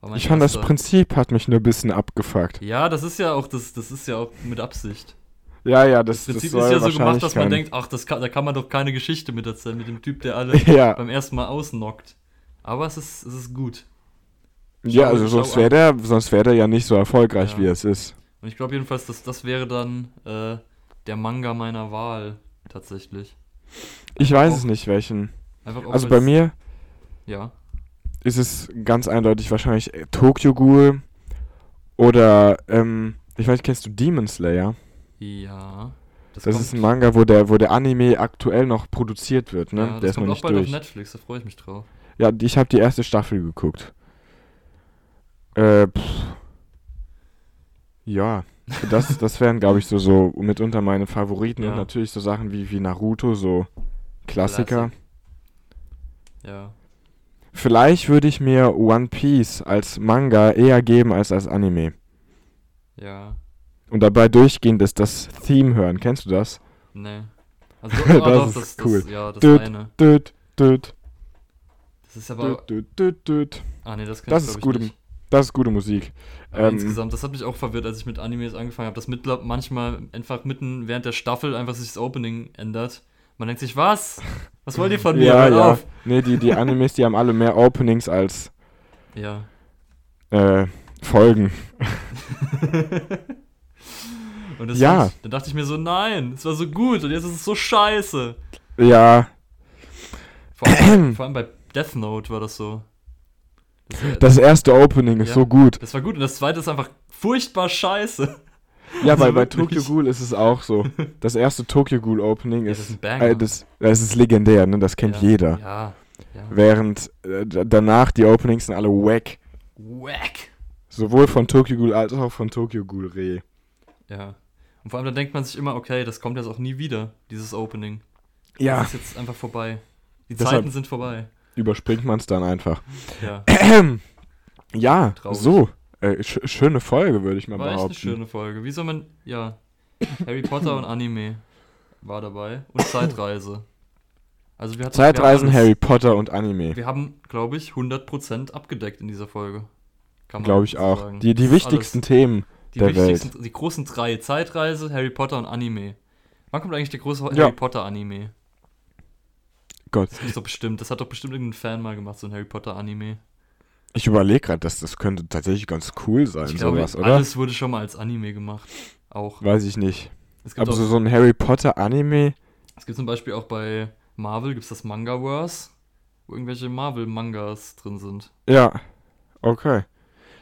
S1: War mein
S2: Ich fand das
S1: erster.
S2: Prinzip hat mich nur ein bisschen abgefuckt.
S1: Ja, das ist ja auch das, das ist ja auch mit Absicht.
S2: Ja, ja, das,
S1: Das
S2: das,
S1: Prinzip
S2: soll
S1: ist ja so
S2: wahrscheinlich
S1: gemacht, dass man
S2: kein-
S1: denkt, ach, das kann, da kann man doch keine Geschichte mit erzählen, mit dem Typ, der alle
S2: Ja,
S1: beim ersten Mal ausnockt. Aber es ist, es ist gut.
S2: ja also
S1: schau
S2: sonst wäre der, sonst wär der ja nicht so erfolgreich,
S1: Ja.
S2: wie es ist.
S1: Und ich glaube jedenfalls, dass das wäre dann äh, der Manga meiner Wahl tatsächlich.
S2: Ich weiß
S1: Auch-
S2: es nicht, welchen.
S1: Einfach auch
S2: Also bei
S1: als-
S2: mir
S1: Ja.
S2: ist es ganz eindeutig wahrscheinlich äh, Tokyo Ghoul oder, ähm, ich weiß nicht, kennst du Demon Slayer?
S1: Ja.
S2: Das ist ein Manga, wo der, wo der Anime aktuell noch produziert wird, ne?
S1: ja, das
S2: der ist
S1: kommt
S2: noch
S1: auch
S2: nicht
S1: bald
S2: durch.
S1: auf Netflix, da freue ich mich drauf.
S2: Ja, die- ich habe die erste Staffel geguckt. Äh, pff. Ja, das, das wären, glaube ich, so, so mitunter meine Favoriten.
S1: Ja.
S2: Und natürlich so Sachen wie, wie Naruto, so Klassiker.
S1: Klassik. Ja.
S2: Vielleicht würde ich mir One Piece als Manga eher geben als als Anime.
S1: Ja.
S2: Und dabei durchgehend ist das Theme hören. Kennst du das?
S1: Nee. Also,
S2: Das
S1: ah, doch,
S2: ist
S1: das,
S2: cool.
S1: Das, ja, das
S2: Düt,
S1: eine.
S2: Düt, düt,
S1: Das ist aber.
S2: düt, düt, düt, düt.
S1: Ah, nee, das kann
S2: Das
S1: ich
S2: ist
S1: glaub
S2: gute,
S1: ich nicht.
S2: das ist gute Musik.
S1: Aber
S2: ähm,
S1: insgesamt, das hat mich auch verwirrt, als ich mit Animes angefangen habe, dass mittler manchmal einfach mitten während der Staffel einfach sich das Opening ändert. Man denkt sich, was? Was wollt ihr von mir?
S2: Ja,
S1: Hört
S2: ja.
S1: auf!
S2: Nee, die, die Animes, die haben alle mehr Openings als
S1: Ja.
S2: äh, Folgen.
S1: Und das
S2: Ja.
S1: fand ich, dann dachte ich mir so, nein, es war so gut und jetzt ist es so scheiße.
S2: Ja,
S1: Vor allem, vor allem bei Death Note war das so. Das, war-
S2: Das erste Opening ist
S1: Ja.
S2: so gut.
S1: das war gut und das zweite ist einfach furchtbar scheiße.
S2: Ja,
S1: Also
S2: weil bei
S1: wirklich.
S2: Tokyo Ghoul ist es auch so. Das erste Tokyo Ghoul Opening
S1: Ja,
S2: ist,
S1: das ist ein Banger.
S2: äh, das, das ist legendär, ne? Das kennt
S1: ja.
S2: jeder.
S1: Ja, ja.
S2: Während äh, d- danach die Openings sind alle wack.
S1: Whack.
S2: Sowohl von Tokyo Ghoul als auch von Tokyo Ghoul Re.
S1: Ja. Und vor allem, da denkt man sich immer, okay, das kommt jetzt auch nie wieder, dieses Opening.
S2: Ja.
S1: Das ist jetzt einfach vorbei. Die
S2: Deshalb-
S1: Zeiten sind vorbei.
S2: Überspringt man es dann einfach.
S1: Ja,
S2: Ja,
S1: Traurig.
S2: so. Äh, sch schöne Folge, würde ich mal
S1: war echt eine
S2: behaupten.
S1: schöne Folge. Wie soll man, ja, Harry Potter und Anime war dabei und Zeitreise. Also wir hatten,
S2: Zeitreisen,
S1: wir haben
S2: Harry Potter und Anime.
S1: Wir haben, glaube ich, 100% abgedeckt in dieser Folge. Kann man
S2: Glaube ich
S1: so
S2: auch.
S1: sagen.
S2: Die, die
S1: Das ist
S2: wichtigsten Themen.
S1: Die
S2: der
S1: wichtigsten, die großen drei: Zeitreise, Harry Potter und Anime. Wann kommt eigentlich der große
S2: Ja.
S1: Harry Potter Anime?
S2: Gott.
S1: Das ist doch bestimmt, das hat doch bestimmt irgendein Fan mal gemacht, so ein Harry Potter Anime.
S2: Ich überlege gerade, das, das könnte tatsächlich ganz cool sein,
S1: Ich glaube,
S2: sowas, oder?
S1: alles wurde schon mal als Anime gemacht. Auch.
S2: Weiß ich nicht.
S1: Es gibt,
S2: Aber
S1: auch,
S2: so, so ein Harry Potter Anime?
S1: es gibt zum Beispiel auch bei Marvel gibt's das Manga Wars, wo irgendwelche Marvel Mangas drin sind.
S2: Ja. Okay.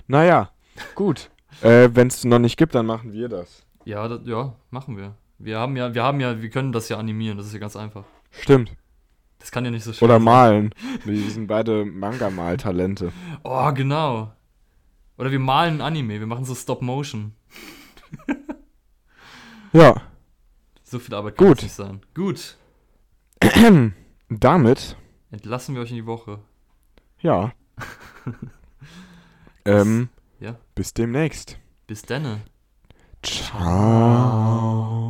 S2: Naja, gut. äh, Wenn es noch nicht gibt, dann machen wir das.
S1: Ja, das, ja, machen wir. Wir haben ja, wir haben ja, wir können das ja animieren, das ist ja ganz einfach.
S2: Stimmt.
S1: Das kann ja nicht so schwer
S2: Oder malen. Wir sind beide Manga-Mal-Talente.
S1: Oh, genau. Oder wir malen ein Anime, wir machen so Stop Motion.
S2: Ja.
S1: So viel Arbeit kann
S2: Gut.
S1: es nicht sein. Gut.
S2: Damit,
S1: Entlassen wir euch in die Woche.
S2: ja. ähm,
S1: Ja.
S2: bis demnächst.
S1: Bis denne.
S2: Ciao.